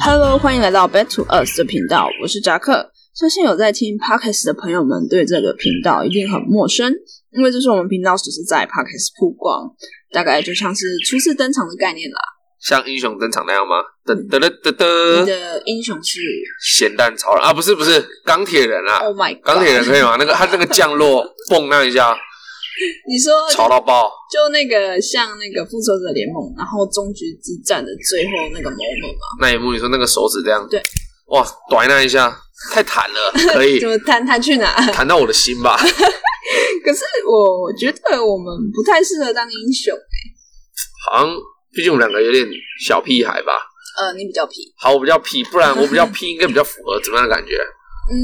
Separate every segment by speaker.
Speaker 1: Hello，欢迎来到 Back to Us 的频道，我是扎克。相信有在听 Podcast 的朋友们对这个频道一定很陌生，因为这是我们频道只是在 Podcast 曝光，大概就像是初次登场的概念啦。
Speaker 2: 像英雄登场那样吗？噔噔噔噔
Speaker 1: 嗯你
Speaker 2: 噔，
Speaker 1: 的英雄是
Speaker 2: 咸蛋超人啊，不是不是，钢铁人啊，
Speaker 1: Oh my God，
Speaker 2: 钢铁人可以吗？那个他那个降 落蹦那一
Speaker 1: 哦
Speaker 2: 下，
Speaker 1: 你说
Speaker 2: 吵到爆，
Speaker 1: 就那个像那个复仇者联盟，然后终局之战的最后那个 moment 嘛，
Speaker 2: 那一幕你说那个手指这样，
Speaker 1: 对，
Speaker 2: 哇，短那一下太弹 了，可以
Speaker 1: 怎么谈他去哪？
Speaker 2: 弹到我的心吧？
Speaker 1: 可是我觉得我们不太适合当英雄，
Speaker 2: 好像毕竟我们两个有点小屁孩吧。
Speaker 1: 呃，你比较皮，
Speaker 2: 好，我比较屁，不然我比较屁应该比较符合怎么样的感觉？
Speaker 1: 嗯，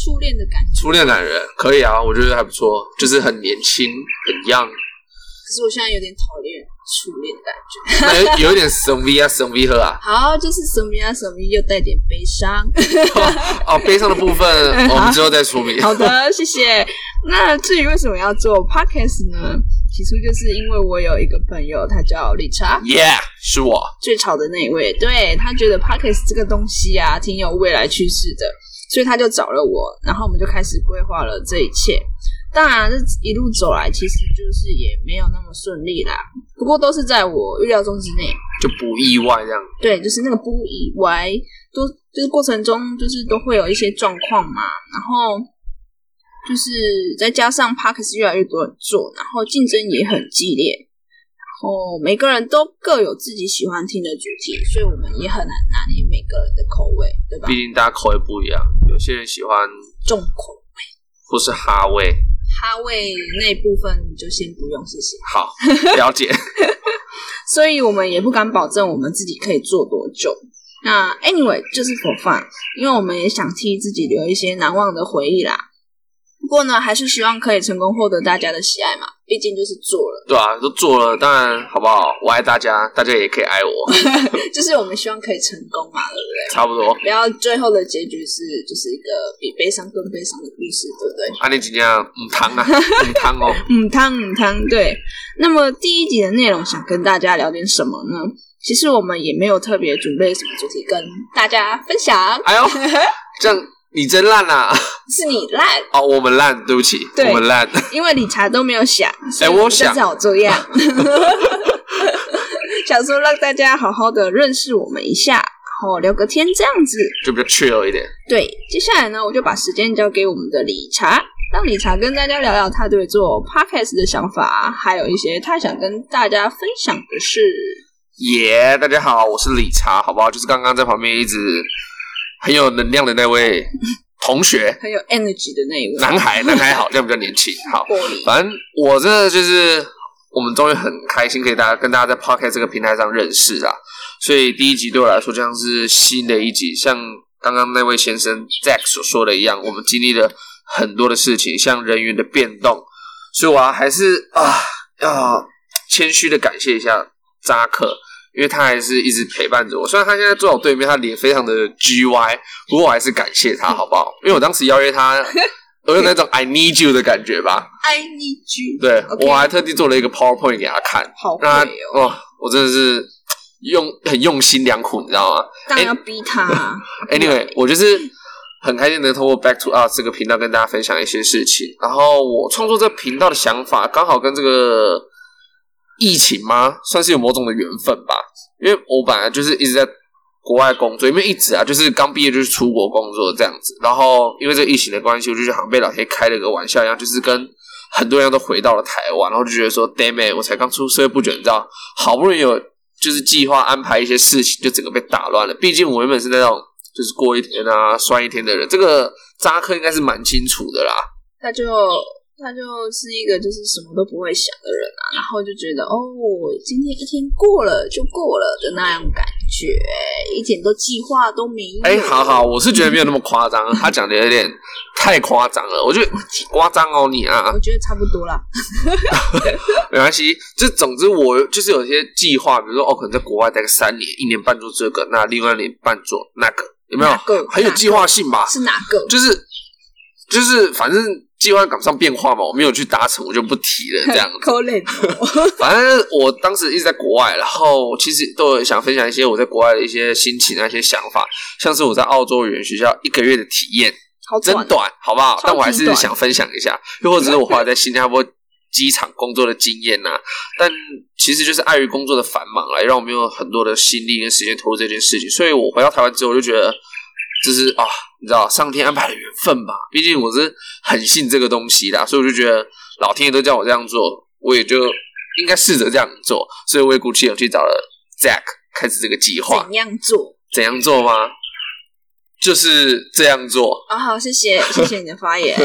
Speaker 1: 初恋的感觉。
Speaker 2: 初恋感觉可以啊，我觉得还不错，就是很年轻，很 young，
Speaker 1: 可是我现在有点讨厌初恋的感觉。
Speaker 2: 那有有一点神 V 啊，神 V 喝啊。
Speaker 1: 好，就是什么呀什么又带点悲伤。
Speaker 2: 哦，悲伤的部 分我们之后再说明。
Speaker 1: 嗯好的，谢谢。那至于为什么要做 podcast 呢？起初就是因为我有一个朋友，他叫理查，
Speaker 2: Yeah，是我。
Speaker 1: 最吵的那一位，对他觉得 podcast 这个东西啊，挺有未来趋势的，所以他就找了我，然后我们就开始规划了这一切。当然，这一路走来，其实就是也没有那么顺利啦，不过都是在我预料中之内。
Speaker 2: 就不意外这样。
Speaker 1: 对，就是那个不以外，都就是过程中就是都会有一些状况嘛，然后就是再加上 p a r k s 越来越多人做，然后竞争也很激烈，然后每个人都各有自己喜欢听的主题，所以我们也很难拿捏每个人的口味，对吧
Speaker 2: 毕？竟大家口味不一样，有些人喜欢
Speaker 1: 重口
Speaker 2: 或是哈味。
Speaker 1: 哈味那部分就先不用，谢谢。
Speaker 2: 好，了解。
Speaker 1: 所以我们也不敢保证我们自己可以做多久。那 anyway 就是 for fun，因为我们也想替自己留一些难忘的回忆啦。不过呢，还是希望可以成功获得大家的喜爱嘛，毕竟就是做了，
Speaker 2: 对啊，都做了，当然好不好？我爱大家，大家也可以爱 我，
Speaker 1: 就是我们希望可以成功嘛，对不对？
Speaker 2: 差不多。
Speaker 1: 不要最后的结局是就是一个比悲伤更悲伤的故事，对不对？
Speaker 2: 啊，你今天唔 汤啊，唔汤哦，
Speaker 1: 嗯汤嗯汤，对。那么第一集的内容想跟大家聊点什么呢？其实我们也没有特别准备什么主题跟大家分享，
Speaker 2: 哎 呦，这样你真烂啦、啊！
Speaker 1: 是你烂。
Speaker 2: 哦，我们烂，对不起，
Speaker 1: 对
Speaker 2: 我们烂。
Speaker 1: 因为理查都没有想，所以
Speaker 2: 哎我
Speaker 1: 们
Speaker 2: 想
Speaker 1: 就找 这样， 想说让大家好好的认识我们一下，然后聊个天这样子。
Speaker 2: 就比较 chill 一点。
Speaker 1: 对，接下来呢，我就把时间交给我们的理查，让理查跟大家聊聊他对做 podcast 的想法，还有一些他想跟大家分享的事。
Speaker 2: 耶、大家好，我是理查，好不好？就是刚刚在旁边一直很有能量的那位同学，
Speaker 1: 很有 energy 的那一位
Speaker 2: 男孩，男孩好，这样比较年轻。好，
Speaker 1: 玻 璃，
Speaker 2: 反正我真的就是，我们终于很开心可以大家跟大家在 Pocket 这个平台上认识啊。所以第一集对我来说就像是新的一集，像刚刚那位先生 Jack 所说的一样，我们经历了很多的事情，像人员的变动。所以我还是啊要谦虚的感谢一下扎克。因为他还是一直陪伴着我，虽然他现在坐我对面，他脸非常的 GY，不过我还是感谢他，好不好？因为我当时邀约他，我有那种 I need you 的感觉吧，
Speaker 1: I need you，
Speaker 2: 对
Speaker 1: OK
Speaker 2: 我还特地做了一个 PowerPoint 给他看，
Speaker 1: 好会
Speaker 2: 让他
Speaker 1: 哦，
Speaker 2: 哦，我真的是用很用心良苦，你知道吗
Speaker 1: 当然要逼他啊，
Speaker 2: ？Anyway，我就是很开心能通过 Back to Us 这个频道跟大家分享一些事情。然后我创作这频道的想法，刚好跟这个疫情吗，算是有某种的缘分吧。因为我本来就是一直在国外工作，因为一直啊，就是刚毕业就是出国工作这样子。然后因为这个疫情的关系，我就好像被老天开了个玩笑一样，就是跟很多人都回到了台湾，然后就觉得说，damn it，我才刚出社会不久，你知道，好不容易有就是计划安排一些事情，就整个被打乱了。毕竟我原本是那种就是过一天啊，酸一天的人，这个扎克应该是蛮清楚的啦。
Speaker 1: 他就他就是一个就是什么都不会想的人啊，然后就觉得哦，今天一天过了就过了的那样感觉，一点都计划都没有。
Speaker 2: 哎、好好，，我是觉得没有那么夸张，他讲的有点太夸张了，我觉得夸张哦你啊。
Speaker 1: 我觉得差不多啦。
Speaker 2: 没关系，就总之我就是有些计划，比如说哦，可能在国外待个三年，一年半做这个，那另外一年半做哦那个，有没有
Speaker 1: 哪？个
Speaker 2: 很有计划性吧？
Speaker 1: 是哪个？，
Speaker 2: 就是就是，反正计划赶不上变化嘛，我没有去达成，我就不提了。这样
Speaker 1: 扣脸哦，
Speaker 2: 反正我当时一直在国外，然后其实都有想分享一些我在国外的一些心情啊、一些想法，像是我在澳洲语言学校一个月的体验，
Speaker 1: 好
Speaker 2: 真
Speaker 1: 短，
Speaker 2: 短，好不好
Speaker 1: 超？级
Speaker 2: 但我还是
Speaker 1: 短
Speaker 2: 想分享一下，又或者是我后来在新加坡机场工作的经验呐、但其实就是碍于工作的繁忙啊，也让我没有很多的心力跟时间投入这件事情。所以我回到台湾之后，我就觉得这是啊，你知道上天安排的缘分吧？毕竟我是很信这个东西的啊，所以我就觉得老天爷都叫我这样做，我也就应该试着这样做。所以我也鼓起勇气找了 Zack 开始这个计划
Speaker 1: 哦怎。样做？
Speaker 2: 怎样做吗？就是这样做。
Speaker 1: 啊，好，谢谢，谢谢你的发 言。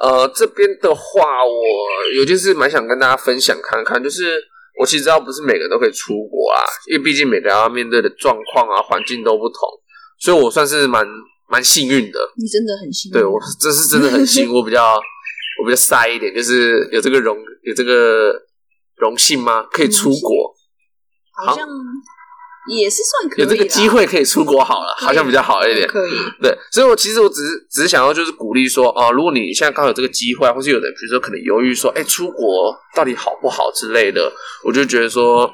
Speaker 2: 呃，这边的话，我有件事蛮想跟大家分享看看，就是我其实知道不是每个人都可以出国啊，因为毕竟每个人要面对的状况啊、环境都不同，所以我算是蛮蛮幸运的。
Speaker 1: 你真的很幸运，
Speaker 2: 对我，这是真的 很幸运，我比较我比较塞一点，就是有这个荣有这个荣幸吗？可以出国，
Speaker 1: 好像也是算嗯可以
Speaker 2: 有
Speaker 1: 啦，啊
Speaker 2: 这个机会可以出国，好了，好像比较好一点。
Speaker 1: 可以。
Speaker 2: 对，所以我其实我只是只是想要就是鼓励说，哦、如果你现在刚好有这个机会，啊或是有的人比如说可能犹豫说，哎，出国到底好不好之类的，我就觉得说，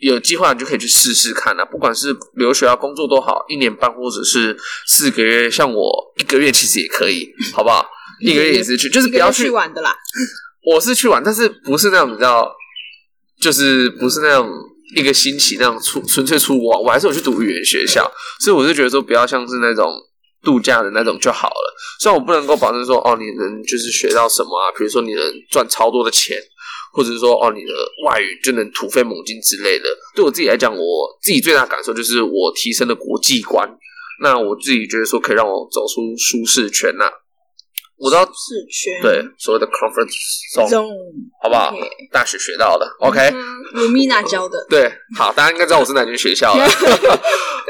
Speaker 2: 有计划你就可以去试试看啊，不管是留学啊、工作都好，一年半或者是四个月，像我一个月其实也可以，好不好？一个月也是去，就是
Speaker 1: 一
Speaker 2: 不
Speaker 1: 个
Speaker 2: 要
Speaker 1: 人
Speaker 2: 去
Speaker 1: 去玩的啦，
Speaker 2: 我是去玩，但是不是那种比较，就是不是那种一个星期那种出纯粹出国玩，我还是有去读语言学校，所以我就觉得说不要像是那种度假的那种就好了。虽然我不能够保证啊说哦，你能就是学到什么啊，比如说你能赚超多的钱，或者是说哦你的外语就能突飞猛进之类的。对我自己来讲，我自己最大感受就是我提升了国际观，那我自己觉得说可以让我走出舒适圈呐、我知道
Speaker 1: 是圈
Speaker 2: 对所谓的 comfort zone。
Speaker 1: zone，
Speaker 2: 好不好
Speaker 1: OK？嗯
Speaker 2: 大学学到的，OK，
Speaker 1: 鲁米娜教的，
Speaker 2: 对，好，大家应该知道我是哪间学校了。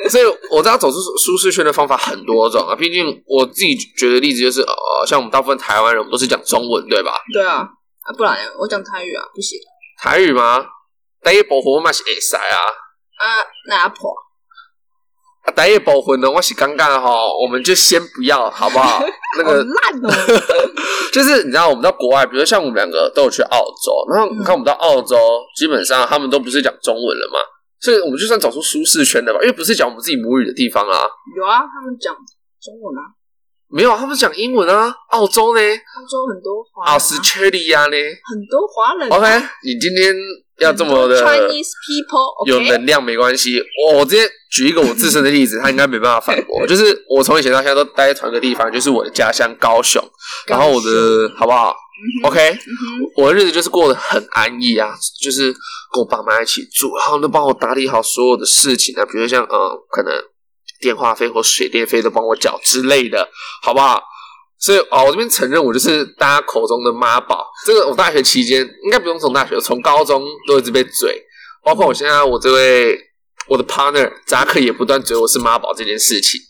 Speaker 2: 所以我知道走出舒适圈的方法很多种啊，毕竟我自己觉得例子就是，呃，像我们大部分台湾人，我们都是讲中文，对吧？
Speaker 1: 对啊，啊，不然我讲台语啊，不行
Speaker 2: 台语吗？台语部分嘛是会使啊，
Speaker 1: 啊，拿破
Speaker 2: 啊，台语部分呢，我是尴尬哈，我们就先不要，好不好？那
Speaker 1: 好
Speaker 2: 个
Speaker 1: 烂哦，
Speaker 2: 就是你知道，我们到国外，比如像我们两个都有去澳
Speaker 1: 嗯
Speaker 2: 洲，然后你看我们到澳洲，基本上他们都不是讲中文了嘛，所以我们就算走出舒适圈了吧，因为不是讲我们自己母语的地方啊，
Speaker 1: 有啊，他们讲中文啊，
Speaker 2: 没有啊，他们讲英文啊，澳洲呢，
Speaker 1: 欧洲很多华人
Speaker 2: 奥
Speaker 1: 啊
Speaker 2: 斯切利亚呢
Speaker 1: 很多华人啊
Speaker 2: ，OK，你今天要这么的
Speaker 1: 很多 Chinese people，OK
Speaker 2: 有能量没关系，我我直接举一个我自身的例子，他应该没办法反 驳，就是我从以前到现在都待在同一个地方，就是我的家乡高雄，然后我的好不好
Speaker 1: 哼
Speaker 2: ？OK，
Speaker 1: 嗯哼
Speaker 2: 我的日子就是过得很安逸啊，就是跟我爸妈一起住，然后呢帮我打理好所有的事情啊，比如像呃，可能电话费或水电费都帮我缴之类的，好不好？所以啊、哦我这边承认我就是大家口中的妈宝。这个我大学期间应该不用从大学，从高中都一直被嘴，包括我现在我这位我的 partner 扎克也不断嘴我是妈宝这件事情。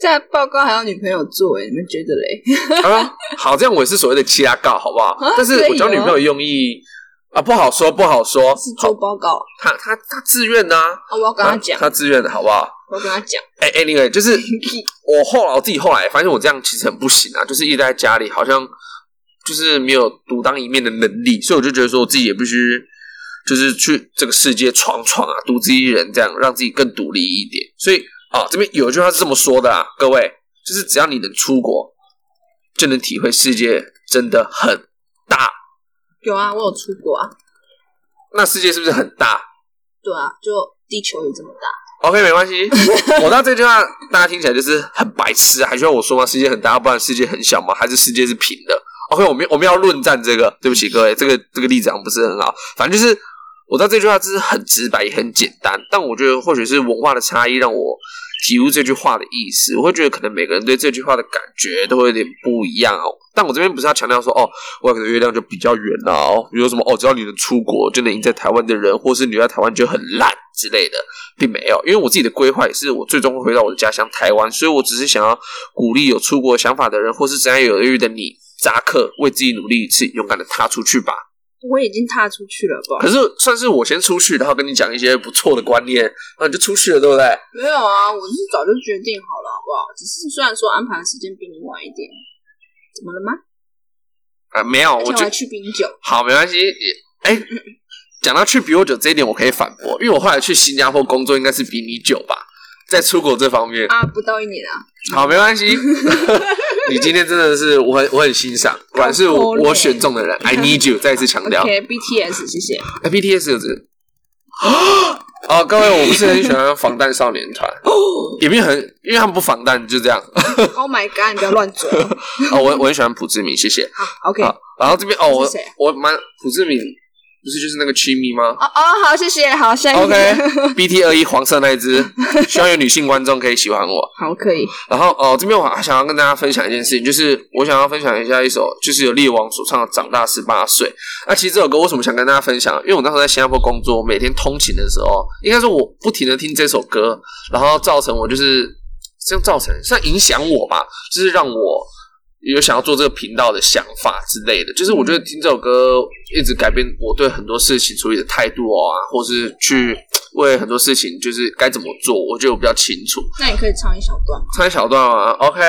Speaker 1: 在报告还有女朋友做，哎，你们觉得 嘞？
Speaker 2: 啊，好，这样我也是所谓的欺压告，好不好
Speaker 1: 啊？
Speaker 2: 但是
Speaker 1: 可以
Speaker 2: 我交女朋友的用意啊，不好说，不好说。
Speaker 1: 是做报告，啊哦
Speaker 2: 他他他自愿的啊，
Speaker 1: 我要跟他讲，
Speaker 2: 他自愿的好不好？
Speaker 1: 我要跟他讲，
Speaker 2: 哎、a n y w a y 就是 我后来我自己后来发现我这样其实很不行啊，就是一直在家里好像就是没有独当一面的能力，所以我就觉得说我自己也必须就是去这个世界闯闯啊，独自一人这样让自己更独立一点。所以啊，这边有一句话是这么说的啊，各位，就是只要你能出国，就能体会世界真的很大。
Speaker 1: 有啊，我有出国啊，
Speaker 2: 那世界是不是很大？
Speaker 1: 对啊，就地球有这么大，
Speaker 2: OK，没关系。我到这句话，啊大家听起来就是很白痴啊，还需要我说吗？世界很大，不然世界很小吗？还是世界是平的？OK，我们我们要论战这个，对不起各位，这个这个例子好像不是很好。反正就是我到这句话，就是很直白也很简单，但我觉得或许是文化的差异让我体悟这句话的意思。我会觉得可能每个人对这句话的感觉都会有点不一样哦。但我这边不是要强调说哦，外国的月亮就比较圆啊哦，比如说什么哦，只要你能出国就能赢在台湾的人，或是你在台湾就很烂之类的。并没有，因为我自己的规划也是我最终会回到我的家乡台湾，所以我只是想要鼓励有出国想法的人，或是怎样有余的你，扎克为自己努力一次，勇敢的踏出去吧。
Speaker 1: 我已经踏出去了，不好意
Speaker 2: 可
Speaker 1: 思
Speaker 2: 是算是我先出去，然后跟你讲一些不错的观念，那你就出去了，对不对？
Speaker 1: 没有啊，我是早就决定好了，好不好？只是虽然说安排的时间比你晚一点，怎么了吗？
Speaker 2: 啊、没有，
Speaker 1: 而
Speaker 2: 我
Speaker 1: 且我
Speaker 2: 就
Speaker 1: 还去冰酒，
Speaker 2: 好，没关系。也哎，讲到去比我久这一点，我可以反驳，因为我后来去新加坡工作，应该是比你久吧，在出国这方面。
Speaker 1: 啊，不到一年啊，
Speaker 2: 好，没 关系。你今天真的是我很我很欣赏，果然是我
Speaker 1: 搞错嘞
Speaker 2: 我选中的人。I need you，再次强调。
Speaker 1: OK BTS，谢 谢。
Speaker 2: 哎 BTS 有指。 哦，各位，我不是很喜欢防弹少年 团，也没有很，因为他们不防弹，就这样。
Speaker 1: Oh my god，你不要乱 嘴哦。
Speaker 2: 哦，我我很喜欢朴志敏，谢谢。
Speaker 1: 好 OK，
Speaker 2: 好，然后这边哦，我
Speaker 1: 是谁啊
Speaker 2: 我蛮朴志敏，不是就是那个 Chimmy 吗？
Speaker 1: 哦哦，好，谢谢，好，下一个。
Speaker 2: OK BT 二一黄色那一只，希望有女性观众可以喜欢我。
Speaker 1: 好，可以。
Speaker 2: 然后哦，这边我还想要跟大家分享一件事情，就是我想要分享一下一首就是由力王所唱的《长大十八岁》。那其实这首歌为什么想跟大家分享？因为我那时候在新加坡工作，每天通勤的时候，应该说我不停的听这首歌，然后造成我就是这样造成算影响我吧，就是让我有想要做这个频道的想法之类的。就是我觉得听这首歌一直改变我对很多事情处理的态度啊，或是去为很多事情就是该怎么做，我觉得我比较清楚。
Speaker 1: 那你可以唱一小段。
Speaker 2: 唱一小段吗？OK，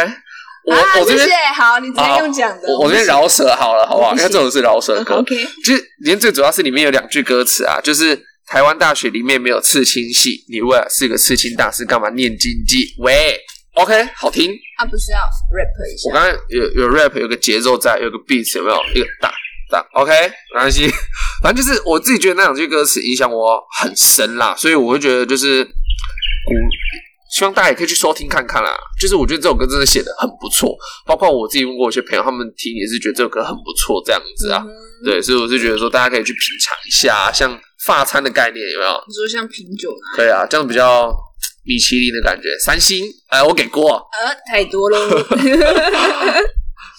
Speaker 2: 我、
Speaker 1: 啊，
Speaker 2: 我这
Speaker 1: 谢
Speaker 2: 边啊
Speaker 1: 谢，好，你直接用讲的。
Speaker 2: 我我这边饶舌好了，好不好？
Speaker 1: 我
Speaker 2: 因
Speaker 1: 不
Speaker 2: 为
Speaker 1: 行
Speaker 2: 这种是饶舌
Speaker 1: 嗯
Speaker 2: 歌，
Speaker 1: OK，
Speaker 2: 就是连最主要是里面有两句歌词啊，就是台湾大学里面没有刺青系，你为了是个刺青大师干嘛念经济？喂，OK，好听。
Speaker 1: 啊，不是要 rap 一
Speaker 2: 我
Speaker 1: 下。
Speaker 2: 刚刚有有 rap，有个节奏在，有个 beat，有没有？一个打打，OK，没关系。反正就是我自己觉得那两句歌词影响我很深啦，所以我会觉得就是鼓，希望大家也可以去收听看看啦。就是我觉得这首歌真的写的很不错，包括我自己问过我一些朋友，他们听也是觉得这首歌很不错这样子啊。
Speaker 1: 嗯
Speaker 2: 对，所以我是觉得说大家可以去品尝一下，像发餐的概念有没有？
Speaker 1: 你说像品酒吗？
Speaker 2: 可以啊，这样比较米其林的感觉。三星，哎，我给过。
Speaker 1: 呃，太 多嗯喽。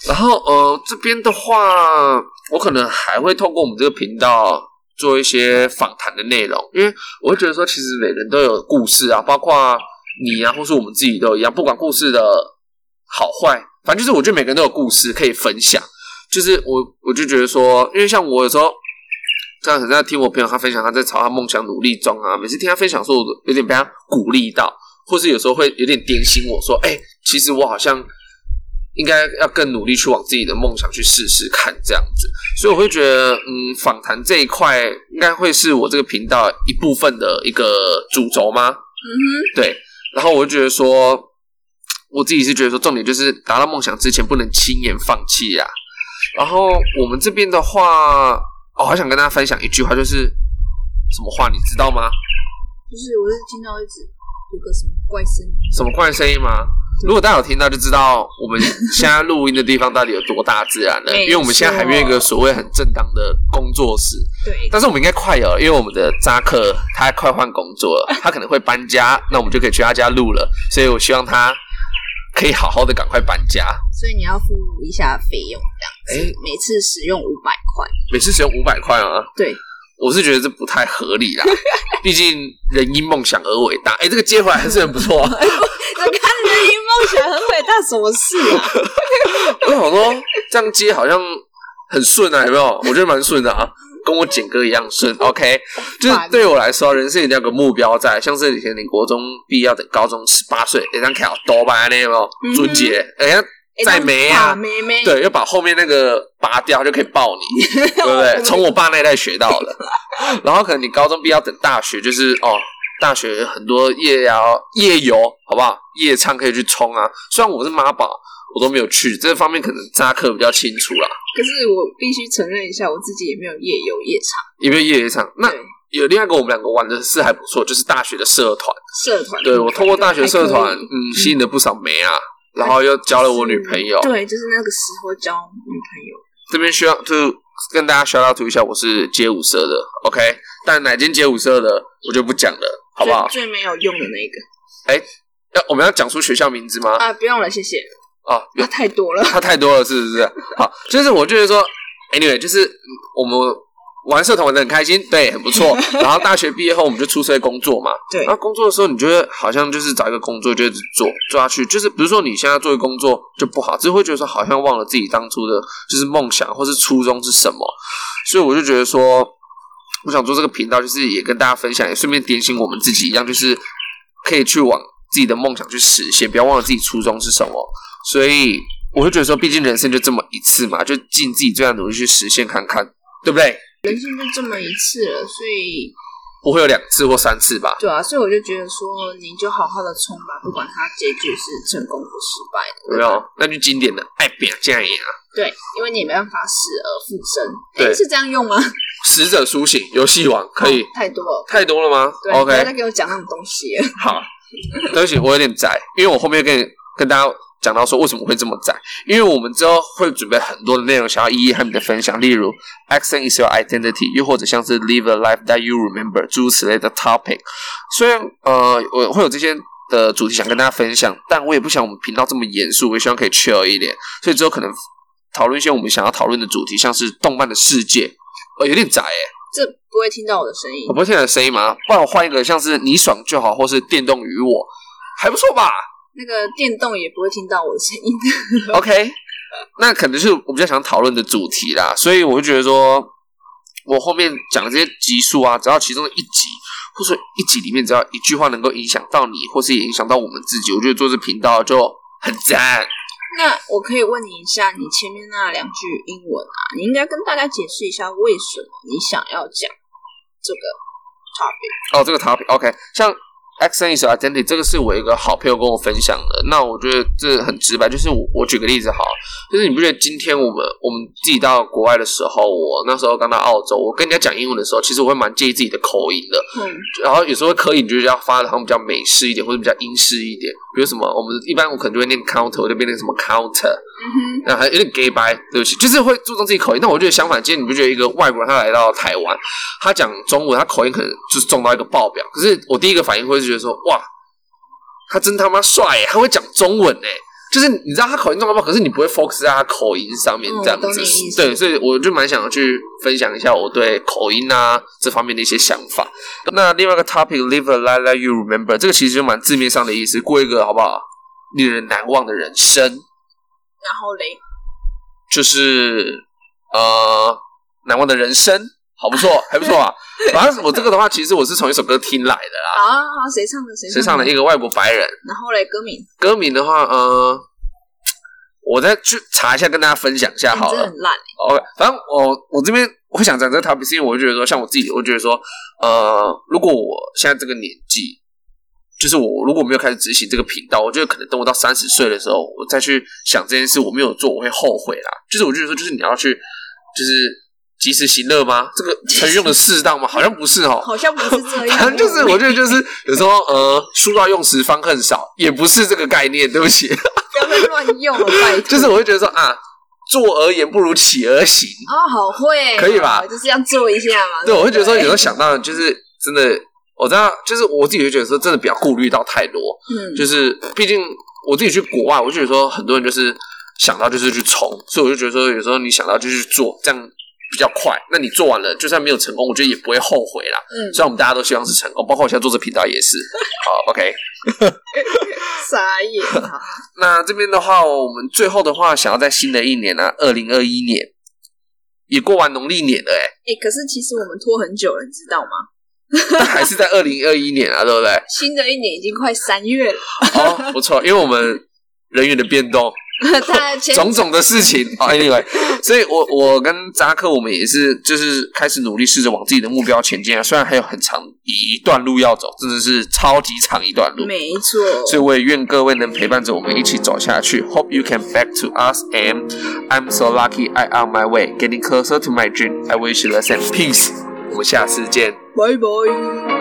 Speaker 2: 然后呃，这边的话，我可能还会透过我们这个频道做一些访谈的内容，因为我会觉得说，其实每个人都有故事啊，包括你啊，或是我们自己都一样，不管故事的好坏，反正就是我觉得每个人都有故事可以分享。就是我我就觉得说，因为像我有时候。这样很在听我朋友他分享他在朝他梦想努力中啊，每次听他分享说，我都有点被他鼓励到，或是有时候会有点点醒我说，哎、其实我好像应该要更努力去往自己的梦想去试试看这样子。所以我会觉得，嗯，访谈这一块应该会是我这个频道一部分的一个主轴吗？
Speaker 1: 嗯哼，
Speaker 2: 对，然后我就觉得说，我自己是觉得说，重点就是达到梦想之前不能轻言放弃啊。然后我们这边的话，我、哦、还想跟大家分享一句话，就是什么话你知道吗？
Speaker 1: 就是我是听到一直有个什么怪声音，
Speaker 2: 什么怪声音吗？如果大家有听到，就知道我 们现在录音的地方到底有多大自然了。
Speaker 1: 没
Speaker 2: 因为我们现在还没有一个所谓很正当的工作室，
Speaker 1: 对，
Speaker 2: 但是我们应该快有哦了，因为我们的扎克他快换工作 了，他可能会搬家，那我们就可以去他家录了。所以我希望他可以好好的赶快搬家。
Speaker 1: 所以你要付一下费用，这样子，每次使用五百块。
Speaker 2: 每次只有五百块啊，
Speaker 1: 对，
Speaker 2: 我是觉得这不太合理啦。毕竟人因梦想而伟大，哎、这个接回来还是很不错、啊。
Speaker 1: 我看人因梦想很伟大，什么事啊？
Speaker 2: 我想说这样接好像很顺啊，有没有？我觉得蛮顺的啊，跟我剪歌一样顺。OK，就是对我来说，人生一定要有个目标在，像是以前你国中毕业要等高中十八岁，人家考多吧那有没有？尊哎姐，人家在没啊
Speaker 1: 大？妹妹，
Speaker 2: 对，要把后面那个拔掉就可以抱你， 对不对？从我爸那一代学到的。然后可能你高中毕业要等大学，就是哦，大学很多夜啊、夜游，好不好？夜唱可以去冲啊。虽然我是妈宝，我都没有去，这方面可能扎克比较清楚啦。
Speaker 1: 可是我必须承认一下，我自己也没有夜游夜场。
Speaker 2: 有没有夜游唱？那
Speaker 1: 对，
Speaker 2: 有另外一个我们两个玩的是还不错，就是大学的社团。
Speaker 1: 社团
Speaker 2: 对我通过大学社
Speaker 1: 还
Speaker 2: 团，
Speaker 1: 可以
Speaker 2: 嗯，吸引嗯了不少妹啊，然后又交了我女朋友。
Speaker 1: 对，就是那个时候交女朋友。
Speaker 2: 这边需要就跟大家 shout out to 一下，我是街舞社的，OK，但哪间街舞社的我就不讲了，好不好？
Speaker 1: 最最没有用的那个
Speaker 2: 要我们要讲出学校名字吗？
Speaker 1: 啊，不用了，谢谢。
Speaker 2: 啊，
Speaker 1: 那太多了，
Speaker 2: 它太多了，是不是？好，就是我觉得说，anyway，就是我们玩社团玩的很开心，对，很不错。然后大学毕业后，我们就出社会工作嘛。
Speaker 1: 对
Speaker 2: 然后工作的时候，你觉得好像就是找一个工作就一直做做下去，就是比如说你现在做一个工作就不好，就会觉得说好像忘了自己当初的就是梦想或是初衷是什么。所以我就觉得说，我想做这个频道，就是也跟大家分享，也顺便点醒我们自己一样，就是可以去往自己的梦想去实现，不要忘了自己初衷是什么。所以我就觉得说，毕竟人生就这么一次嘛，就尽自己最大努力去实现看看，对不对？
Speaker 1: 人生就这么一次了，所以
Speaker 2: 不会有两次或三次吧？
Speaker 1: 对啊，所以我就觉得说，你就好好的冲吧，不管它结局是成功或失败的，
Speaker 2: 有没有？那就经典的爱表这样也啊，
Speaker 1: 对，因为你也没办法死而复生，
Speaker 2: 对
Speaker 1: 哎，是这样用吗？
Speaker 2: 死者苏醒，游戏王可以、
Speaker 1: 哦 太多了，
Speaker 2: 太多了吗
Speaker 1: 对，不要再
Speaker 2: ？OK，
Speaker 1: 给我讲那种东西了。
Speaker 2: 好， 对不起，我有点宅，因为我后面跟跟大家讲到说为什么会这么宅，因为我们之后会准备很多的内容，想要一一和你的分享，例如 accent is your identity，又或者像是 live a life that you remember 诸如此类的 topic。虽然呃，我会有这些。的主题想跟大家分享，但我也不想我们频道这么严肃，我也希望可以 chill 一点，所以之后可能讨论一些我们想要讨论的主题，像是动漫的世界，呃，有点窄哎、
Speaker 1: 这不会听到我的声音
Speaker 2: 我。不是现在的声音吗？不然我换一个，像是你爽就好，或是电动与我，还不错吧
Speaker 1: 那个电动也不会听到我的声音。
Speaker 2: ？OK，那 可能是我比较想讨论的主题啦，所以我就觉得说，我后面讲的这些集数啊，只要其中的一集，或者说一集里面只要一句话能够影响到你，或是也影响到我们自己，我觉得做这频道就很赞。
Speaker 1: 那我可以问你一下，你前面那两句英文啊，你应该跟大家解释一下为什么你想要讲这个 topic。
Speaker 2: 哦，这个 topic OK，像 accent is identity 这个是我一个好朋友跟我分享的。那我觉得这很直白，就是我我举个例子好了，就是你不觉得今天我们我们自己到国外的时候，我那时候刚到澳洲，我跟人家讲英文的时候，其实我会蛮介意自己的口音的。
Speaker 1: 嗯，
Speaker 2: 然后有时候口音就是要发的好像比较美式一点，或者比较英式一点。比如什么，我们一般我可能就会念 counter，我就变成什么 counter，
Speaker 1: 嗯
Speaker 2: 那还有点 gay 白，对不起，就是会注重自己口音。那我觉得相反，今天你不觉得一个外国人他来到台湾，他讲中文，他口音可能就是重到一个爆表。可是我第一个反应会是觉得说，哇，他真他妈帅耶，他会讲中文哎。就是你知道他口音重到爆，可是你不会 focus 在他口音上面
Speaker 1: 嗯
Speaker 2: 这样子，
Speaker 1: 我懂你意思
Speaker 2: 对，所以我就蛮想要去分享一下我对口音啊这方面的一些想法。那另外一个 topic live a life that you remember，这个其实就蛮字面上的意思，过一个好不好令人难忘的人生。
Speaker 1: 然后嘞，
Speaker 2: 就是呃难忘的人生，好不错，还不错吧？反正我这个的话，其实我是从一首歌听来的啦，
Speaker 1: 好啊，好啊，谁唱的？谁
Speaker 2: 是唱
Speaker 1: 的
Speaker 2: 的？一个外国白人
Speaker 1: 然后嘞，歌名，
Speaker 2: 歌名的话，呃，我再去查一下，跟大家分享一下
Speaker 1: 哎你
Speaker 2: 好
Speaker 1: 真的
Speaker 2: 了。
Speaker 1: 很烂欸。
Speaker 2: OK，反正我我这边我想讲这个 topic，是因为我就觉得说，像我自己，我觉得说，呃，如果我现在这个年纪，就是我如果没有开始执行这个频道，我觉得可能等我到三十岁的时候，我再去想这件事，我没有做，我会后悔啦。就是我觉得说，就是你要去，就是及时行乐吗？这个成语用的适当吗？好像不是哦。
Speaker 1: 好像不是这样，
Speaker 2: 反正 就是，我觉得就是有时候，呃，书到用时方恨少，也不是这个概念，对不起。
Speaker 1: 不要再乱用了，拜托。
Speaker 2: 就是我会觉得说啊，坐而言不如起而行，
Speaker 1: 啊，好会，
Speaker 2: 可以吧
Speaker 1: 就是要做一下嘛。
Speaker 2: 对，我会觉得说有时候
Speaker 1: 候，
Speaker 2: 想到就是真的，我知道就是我自己会觉得说真的不要顾虑到太多，
Speaker 1: 嗯，
Speaker 2: 就是毕竟我自己去国外，我就觉得说很多人就是想到就是去冲，所以我就觉得说有时候你想到就去做，这样比较快。那你做完了，就算没有成功，我觉得也不会后悔啦。
Speaker 1: 嗯，
Speaker 2: 虽然我们大家都希望是成功，包括我现在做这频道也是。好，OK。
Speaker 1: 傻眼。好
Speaker 2: 那这边的话，我们最后的话，想要在新的一年呢、啊，二零二一年也过完农历年了、欸，
Speaker 1: 哎，可是其实我们拖很久了，你知道吗？
Speaker 2: 但还是在二零二一年啊，对不对？
Speaker 1: 新的一年已经快三月了，
Speaker 2: 哦，不错，因为我们人员的变动，
Speaker 1: 大家前
Speaker 2: 种种的事情啊、a n y w a y 所以我我跟扎克，我们也是就是开始努力试着往自己的目标前进啊。虽然还有很长一段路要走，真的是超级长一段路，
Speaker 1: 没 错，
Speaker 2: 所以我也愿各位能陪伴着我们一起走下去。Hope you can back to us and I'm so lucky I on my way, getting closer to my dream. I wish you the same. Peace. 我们下次见。
Speaker 1: 拜拜。